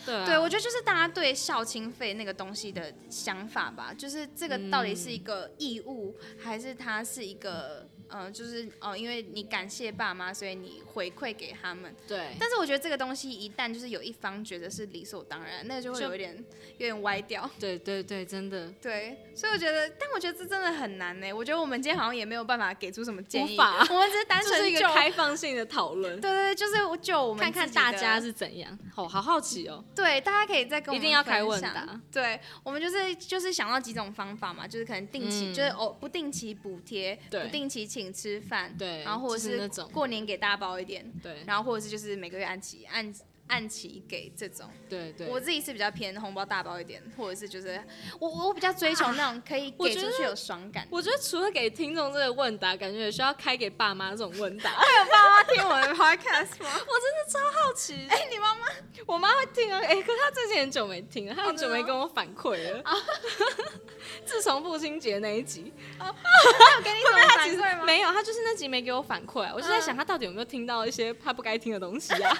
对
对啊
对，我觉得就是大家对校庆费那个东西的想法吧，就是这个到底是一个义务，还是它是一个，嗯、就是哦、因为你感谢爸妈，所以你回馈给他们。
对，
但是我觉得这个东西一旦就是有一方觉得是理所当然，那就会
就
有一点有点歪掉。
对对对，真的
对，所以我觉得，但我觉得这真的很难呢。我觉得我们今天好像也没有办法给出什么建议，
无法
我们只是单
这是
纯
一
就
个开放性的讨论
对，对，对就是就我们
看看
自己的
大家是怎样。好好好奇哦，
对，大家可以再跟我
一
们
定要开
分
问
享
答。
对，我们就是就是想到几种方法嘛，就是可能定期，
嗯
就是哦不定期补贴，
对
不定期请吃饭，
对
然后或者
就是那种
过年给大家包一点，
对
然后或者是就是每个月按期按按期给这种。
对对，
我自己是比较偏红包大包一点，或者是就是我我比较追求那种可以
我
给
觉
出去有爽感。
我觉得除了给听众这个问答，感觉也需要开给爸妈这种问 答。
爸妈听我的 podcast 吗？
我真的超好奇， 哎、你妈妈，我妈会听啊，哎、可是她最近很久没听啊了，她
哦
很久没跟我反馈了。 自从父亲节那一集，
我给你什么
她
反
其实
馈吗？哦
没有，她就是那集没给我反馈、啊，我就在想她到底有没有听到一些她不该听的东西 啊？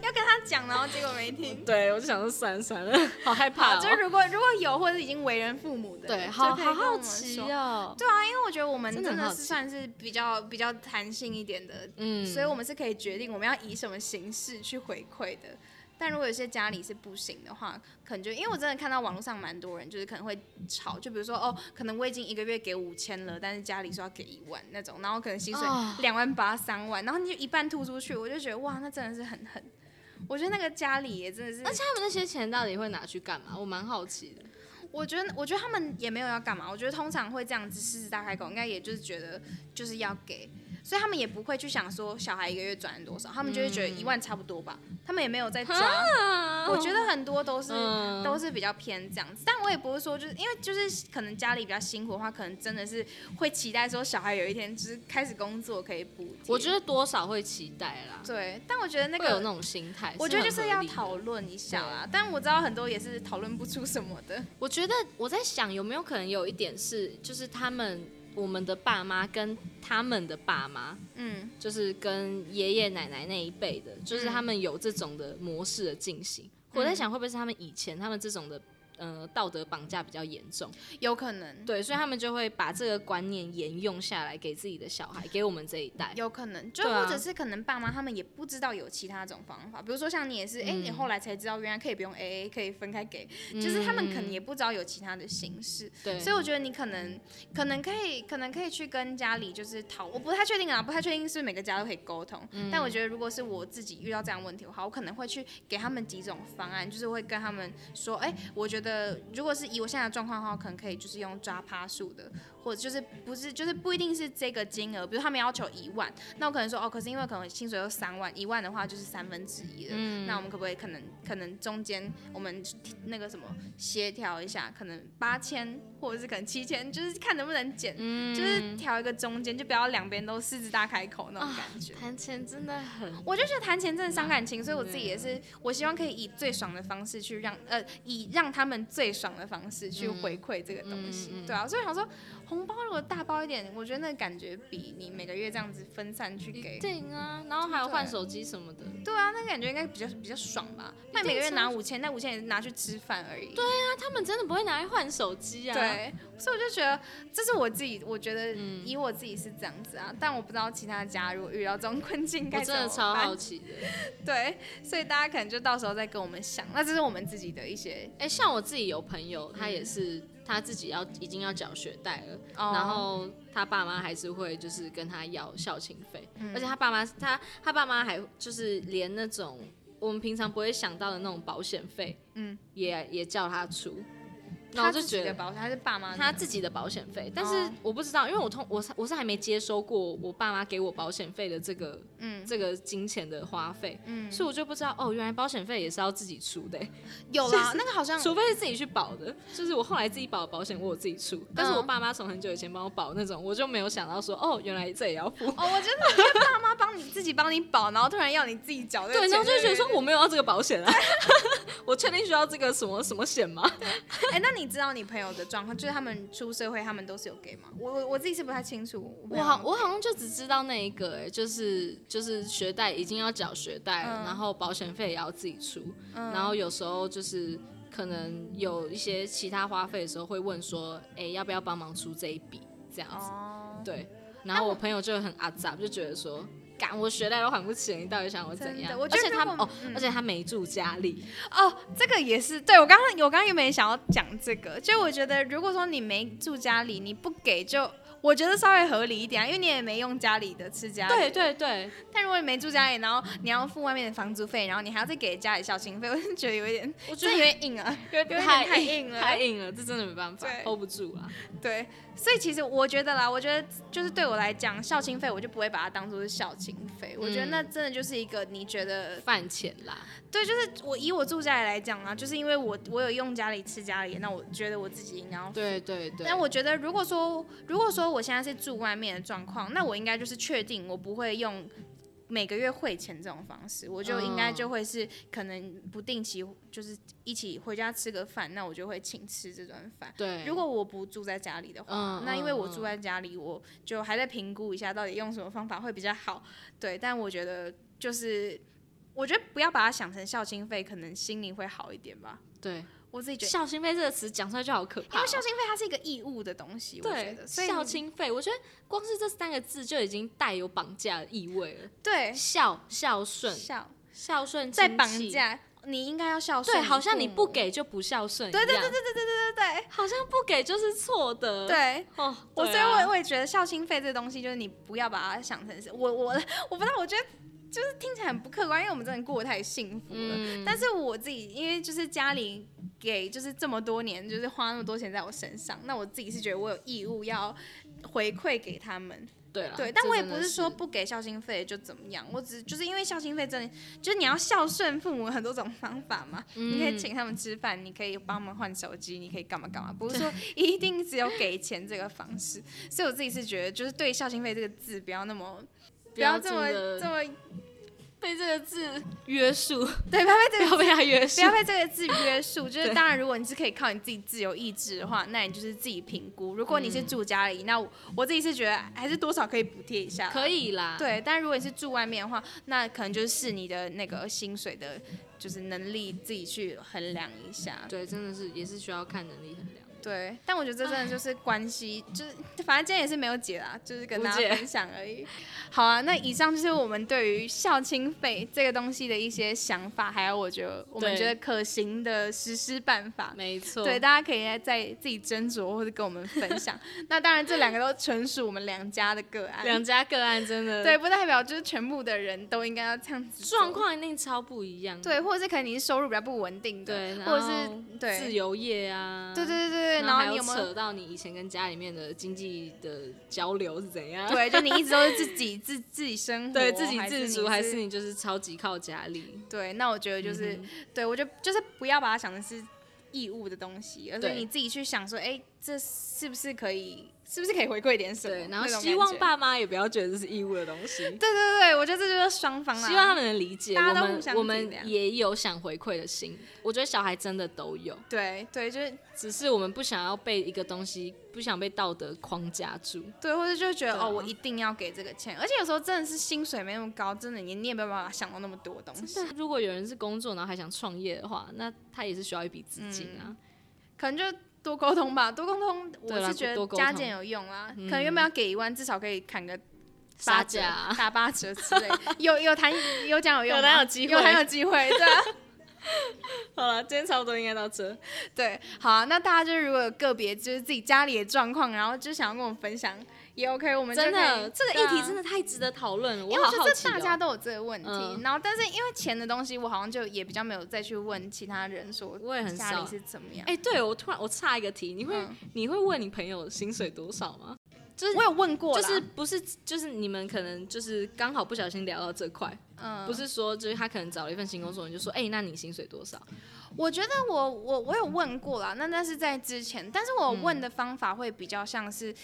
要跟他讲，然后结果没听。
对，我就想说算了算了，好害怕、
好，
哦。
就是如果如果有或者已经为人父母的，
对，
就
好
可以
好
跟我
好
们
奇
说
哦。
对啊，因为我觉得我们
真
真
的很
的
好
是
奇
算是比较比较弹性一点的，
嗯，
所以我们是可以决定我们要以什么形式去回馈的。但如果有些家里是不行的话，可能就因为我真的看到网络上蛮多人，就是可能会吵，就比如说哦，可能我已经一个月给五千了，但是家里说要给一万那种，然后可能薪水
哦
两万八、三万，然后你就一半吐出去，我就觉得哇，那真的是很狠。我觉得那个家里也真的是，
而且他们那些钱到底会拿去干嘛？我蛮好奇的。
我觉得，我觉得他们也没有要干嘛。我觉得通常会这样子狮子大开口，应该也就是觉得就是要给，所以他们也不会去想说小孩一个月赚多少，他们就会觉
嗯
得一万差不多吧。他们也没有在抓。我觉得很多都是、
嗯
啊都是比较偏这样子，但我也不是说就是因为就是可能家里比较辛苦的话，可能真的是会期待说小孩有一天就是开始工作可以补贴。
我觉得多少会期待啦，
对，但我觉得那
会有
个
那种心态。
我觉得就
很
是
合
要
理的
讨论一下啦，但我知道很多也是讨论不出什么的。
我觉得我在想，有没有可能有一点是，就是他们我们的爸妈跟他们的爸妈，
嗯，
就是跟爷爷奶奶那一辈的，就是
嗯
他们有这种的模式的进行。我在想，会不会是他们以前他们这种的。呃，道德绑架比较严重，
有可能。
对，所以他们就会把这个观念沿用下来，给自己的小孩，给我们这一代。
有可能，就
对啊
或者是可能爸妈他们也不知道有其他种方法，比如说像你也是，哎、
嗯
你后来才知道原来可以不用 A A，可以分开给，就是他们可
嗯
能也不知道有其他的形式，
对，
所以我觉得你可能可能可以可能可以去跟家里就是讨，我不太确定啊，不太确定是不是每个家都可以沟通，但我觉得如果是我自己遇到这样的问题的话，我可能会去给他们几种方案，就是会跟他们说，哎、我觉得如果是以我现在的状况的话，我可能可以就是用抓趴数的，或者就是不是就是不一定是这个金额，比如他们要求一万，那我可能说哦，可是因为可能薪水有三万，一万的话就是三分之一了，那我们可不可以可能可能中间我们那个什么协调一下，可能八千或者是可能七千，就是看能不能减，就是调一个中间，就不要两边都狮子大开口那种感觉。
谈钱真的很
啊我就觉得谈钱真的伤感情，所以我自己也是，我希望可以以最爽的方式去让呃，以让他们最爽的方式去回馈这个东西，对啊，所以想说红包如果大包一点，我觉得那感觉比你每个月这样子分散去
一
给，
定啊，然后还有换手机什么的，
对啊，那感觉应该比较比较爽吧。那每个月拿五千，那五千也是拿去吃饭而已，对
那他们真的不会拿来换手机啊？，嗯
对，所以我就觉得这是我自己，我觉得以我自己是这样子啊，但我不知道其他家如果遇到这种困境该
我
怎
真
么
的超
办
好奇的。
对，所以大家可能就到时候再跟我们想，那这是我们自己的一些，
哎、像我自己有朋友，他也是他自己要已经要缴学贷了，
哦
然后他爸妈还是会就是跟他要校庆费，而且他爸妈他他爸妈还就是连那种我们平常不会想到的那种保险费，
嗯，
也也叫他出，那
他
我就
自己
觉
的
得。
保险还是爸妈的
他自己的保险费，但是
哦
我不知道，因为我通我是我是还没接收过我爸妈给我保险费的这个
嗯
这个金钱的花费，
嗯
所以我就不知道哦，原来保险费也是要自己出的欸、欸
有啦，那个好 像
除非是自己去保的，就是我后来自己保的保险，我有自己出，但是我
嗯
爸妈从很久以前帮我保那种，我就没有想到说，哦，原来这也要付。
哦，我真的因为爸妈帮你自己帮你保，然后突然要你自己缴这个
对，
钱，
然后就觉得说我没有要这个保险啊， 我确定需要这个什么什么险吗？
哎、那你知道你朋友的状况，就是他们出社会，他们都是有给吗？我我我自己是不太清楚。我
我好，我好像就只知道那一个、欸，就是就是学贷已经要缴学贷了，
嗯
然后保险费也要自己出，然后有时候就是可能有一些其他花费的时候会问说，哎、要不要帮忙出这一笔这样子？
哦，
对，然后我朋友就很阿杂，就觉得说。干，我学贷都还不起了，你到底想我怎
真
样？
的我嗯
而
觉
且
得
他
如果
哦，而且他没住家里，
哦，这个也是，对我刚刚我刚刚原本也想要讲这个，就我觉得如果说你没住家里，你不给就。我觉得稍微合理一点、啊，因为你也没用家里的吃家里。
对。对对，
但如果你没住家里，然后你要付外面的房租费，然后你还要再给家里孝心费，我就觉得有一 点，
我
这
觉得
有点硬啊，有点
太
太硬了。
太硬了，这真的没办法
对
，hold 不住啊。
对，所以其实我觉得啦，我觉得就是对我来讲，孝亲费我就不会把它当做是孝亲费，我觉得那真的就是一个你觉得
饭钱啦，
对，就是我以我住家里来讲啊，就是因为我我有用家里吃家里，那我觉得我自己应该要。
对对对。
但我觉得，如果说如果说我现在是住外面的状况，那我应该就是确定我不会用每个月汇钱这种方式，我就应该
嗯
就会是可能不定期就是一起回家吃个饭，那我就会请吃这顿饭。
对，
如果我不住在家里的话，
嗯
那因为我
嗯
住在家里，我就还在评估一下到底用什么方法会比较好。对，但我觉得就是，我觉得不要把它想成孝心费，可能心里会好一点吧。
嗯对
我自己觉得，
孝心费这个词讲出来就好可怕
因
哦、
为孝心费它是一个义务的东西，我觉
对
得，所以
孝亲费，我觉得光是这三个字就已经带有绑架的意味了。
对
孝孝顺，
孝
孝顺
哎在
亲
绑
戚，
架，你应该要孝顺
对，
父母，
好像你不给就不孝顺一
对，
样，
对对对对对对
好像不给就是错的，
对，对。
哦，
我
对
所以
啊
我我也觉得孝心费这东西，就是你不要把它想成是我我我不知道，我觉得就是听起来很不客观，因为我们真的过得太幸福了。
嗯
但是我自己因为就是家里给就是这么多年，就是花那么多钱在我身上，那我自己是觉得我有义务要回馈给他们。
对啦
对，但我也
这
不
真的
是
是
说不给孝心费就怎么样，我只就是因为孝心费真的就是你要孝顺父母有很多种方法嘛，你
嗯
可以请他们吃饭，你可以帮他们换手机，你可以干嘛干嘛，不是说一定只有给钱这个方式。所以我自己是觉得，就是对孝心费这个字不要那么
不
要
要
这么
真的
这么
被这个字约束，
对，不要被这
不
个
要被他约
不
束
要。被这个字约 束。就是当然，如果你是可以靠你自己自由意志的话，那你就是自己评估。如果你
嗯
是住家里，那我我自己是觉得还是多少可以补贴一下啦。
可以啦，
对，但如果你是住外面的话，那可能就是视你的那个薪水的，就是能力自己去衡量一下。
对，真的是也是需要看能力衡量。
对，但我觉得这真的就是关系，就是反正今天也是没有解啦，就是跟
无
大
解
家分享而已。好啊，那以上就是我们对于校庆费这个东西的一些想法，还有我觉得我们
对
觉得可行的实施办法。
没错，
对，大家可以再自己斟酌或者跟我们分 享。那当然，这两个都纯属我们两家的个案，
两家个案真的
对，不代表就是全部的人都应该要这样子做
呃状。况一定超不一样。
对，或者是可能你是收入比较不稳定的，
对，然
或者
后
是对，
自由业啊，
对对对对，
然
然
后还
后你有没有？
扯到你以前跟家里面的经济的交流是怎 样？
对，就你一直都是自己自自己生活，
对自给
还是
自
你
足，还是嗯你就是超级靠家里？
对？那我觉得就是，对我觉得就是不要把它想的是义务的东西，而是
对
你自己去想说，哎，这是不是可以，是不是可以回馈一点什么？
对，然后
那种
希
感
望
觉
爸妈也不要觉得这是义务的东西，
对对对，我觉得这就是双方啦。
希望他们能理解。
啊大
我
家都互相
们我
体谅
们也有想回馈的心，我觉得小孩真的都有，
对对，就是
只是我们不想要被一个东西，不想被道德框架住。
对，或者就觉得、
对啊
哦，我一定要给这个钱，而且有时候真的是薪水没那么高，真的你你也没有办法想到那么多东西，
如果有人是工作然后还想创业的话，那他也是需要一笔资金
嗯
啊。
可能就多沟通吧，多沟通，
对
我
啦
是觉
多
得
沟
加
通
减有用啦，可能原本要给一万，至少可以砍个八
杀
折
价啊、
打八折之 类，有有谈有讲有用吗，
有谈有机会
有谈有机会，对啊，
好了，今天差不多应该到这。
对，好啊，那大家就是如果有个别就是自己家里的状况，然后就想要跟我们分享，也 OK，我们就
真
可
的，
以
这个议
对
题
啊嗯
真的太值得讨论了。
因
我
为我
好
觉
好
得
奇、
大家
哦。
都有这个问题，
嗯
然后但是因为钱的东西，我好像就也比较没有再去问其他人说
我也很
家
少
里。是怎么样。
哎、对我突然我差一个题，你会、
嗯
你会问你朋友薪水多少吗？就是
我有问过
就
啦，
是不是就是你们可能就是刚好不小心聊到这块，
嗯，
不是说就是他可能找了一份新工作，你就说，哎、那你薪水多少？
我觉得我我我有问过啦，那那是在之前，但是我
嗯
问的方法会比较像是，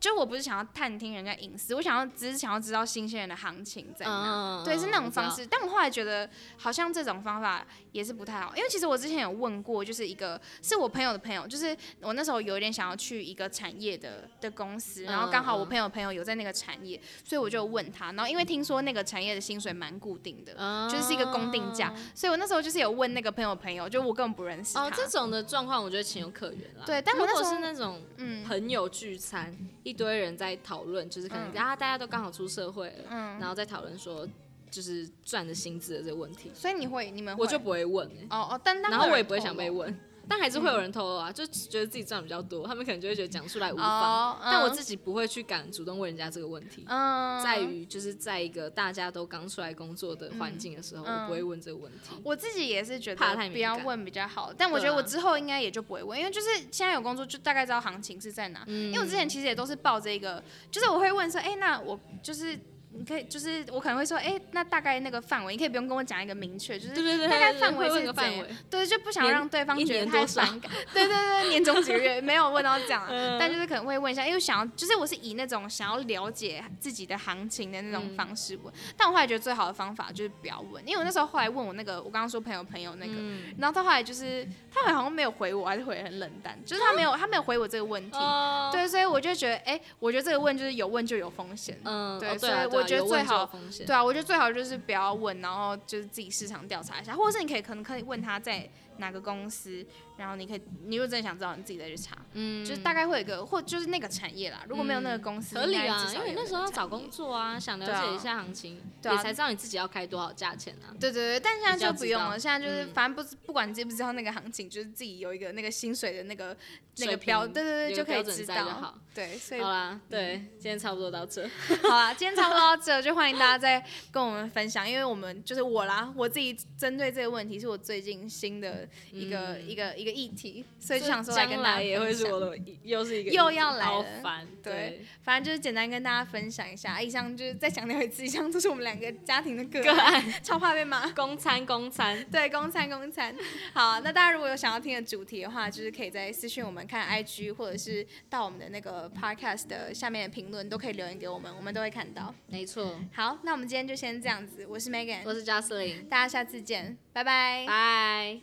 就我不是想要探听人家隐私，我想要只是想要知道新鲜人的行情在哪。
嗯
对，是那种方。式。但我后来觉得，好像这种方法也是不太好，因为其实我之前有问过，就是一个是我朋友的朋友，就是我那时候有一点想要去一个产业的的公司，然后刚
嗯
好我朋友朋友有在那个产业，所以我就问他，然后因为听说那个产业的薪水蛮固定的，就是一个公定价，所以我那时候就是有问那个朋友朋友，就我根本不认识他。
哦，这种的状况我觉得情有可原啦。
对但我
如
那
果
时候
是那种
嗯
朋友聚餐，一堆人在讨论，就是可能
嗯
啊大家都刚好出社会了，
嗯
然后再讨论说就是赚的薪资的这个问题，
所以你会你们会
我就不会问欸
哦哦，但
然后我也不会想被
问
问，但还是
嗯
会有人透露啊，就觉得自己赚比较多，他们可能就会觉得讲出来无妨，
哦，
但我
嗯
自己不会去敢主动问人家这个问题。
嗯
在于就是在一个大家都刚出来工作的
嗯
环境的时候，我不会问这个问题。
我自己也是觉
怕太
得
敏
不要
感
问比较好，但我觉
对
得
啊
我之后应该也就不会问，因为就是现在有工作就大概知道行情是在哪。
嗯
因为我之前其实也都是抱着一个，就是我会问说，哎、那我就是你可以，就是我可能会说，哎、那大概那个范围，你可以不用跟我讲一个明确，就是
对对对，
大概
对对
范围
会问
是
个
怎
范
样
围。
对，就不想
年
让对方
一
觉得
年
太
多少嗯
反感。 对对对，年终几个月没有问到这样、啊，但就是可能会问一下，因为想要就是我是以那种想要了解自己的行情的那
嗯
种方式问，但我后来觉得最好的方法就是不要问，因为我那时候后来问我那个我刚刚说朋友朋友那个，
嗯
然后他后来就是他好像没有回我，还是回得很冷淡，就是他没有他没有回我这个问题，
哦，
对，所以我就觉得哎、我觉得这个问就是有问就有风险。
嗯，
对
哦
所以
啊对啊
我觉得
有问
最
就有
好
风险。
对啊，我觉得最好就是不要问，然后就是自己市场调查一下，或者是你可以可能可以问他在哪个公司，然后你可以，你如果真的想知道，你自己再去查，
嗯，
就是大概会有一个或就是那个产业啦，如果没有那个公司，
合
应
理
该
啊
至，少
因为
有
那时候要
个
找
产业
工。作啊，想了
对啊
解一下行情，
对啊
也才知道你自己要开多少价钱啊。
对对对，但现在
比较
就不
知
用
道
了，现在就是
嗯
反正不知不管你知不知道那个行情，就是自己有一个那个薪水的那个那
水
个标，
平
对对
有
对，就可
个
以
标准
知
在就
道
好。
对，所以
好啦，对，今天差不多到这。
好啦，今天差不多到这，就欢迎大家再跟我们分享，因为我们就是我啦，我自己针对这个问题是我最近新的一个、一个一个议题，所以就想说来
嗯将
跟大家
来也会是
分享
我的一，又是一个
又
一
要来
好
了
烦，
对
对，
反正就是简单跟大家分享一下。以上就是再强调一次，以上就是我们两个家庭的个
个
案，
案
超怕被骂。
公餐公餐，
对，公餐公餐。好，那大家如果有想要听的主题的话，就是可以在私讯我们看 IG，或者是到我们的那个 podcast 的下面的评论都可以留言给我们，我们都会看到。
没错。
好，那我们今天就先这样子。我是 Megan，
我是 Jocelyn，
大家下次见，拜拜。
拜。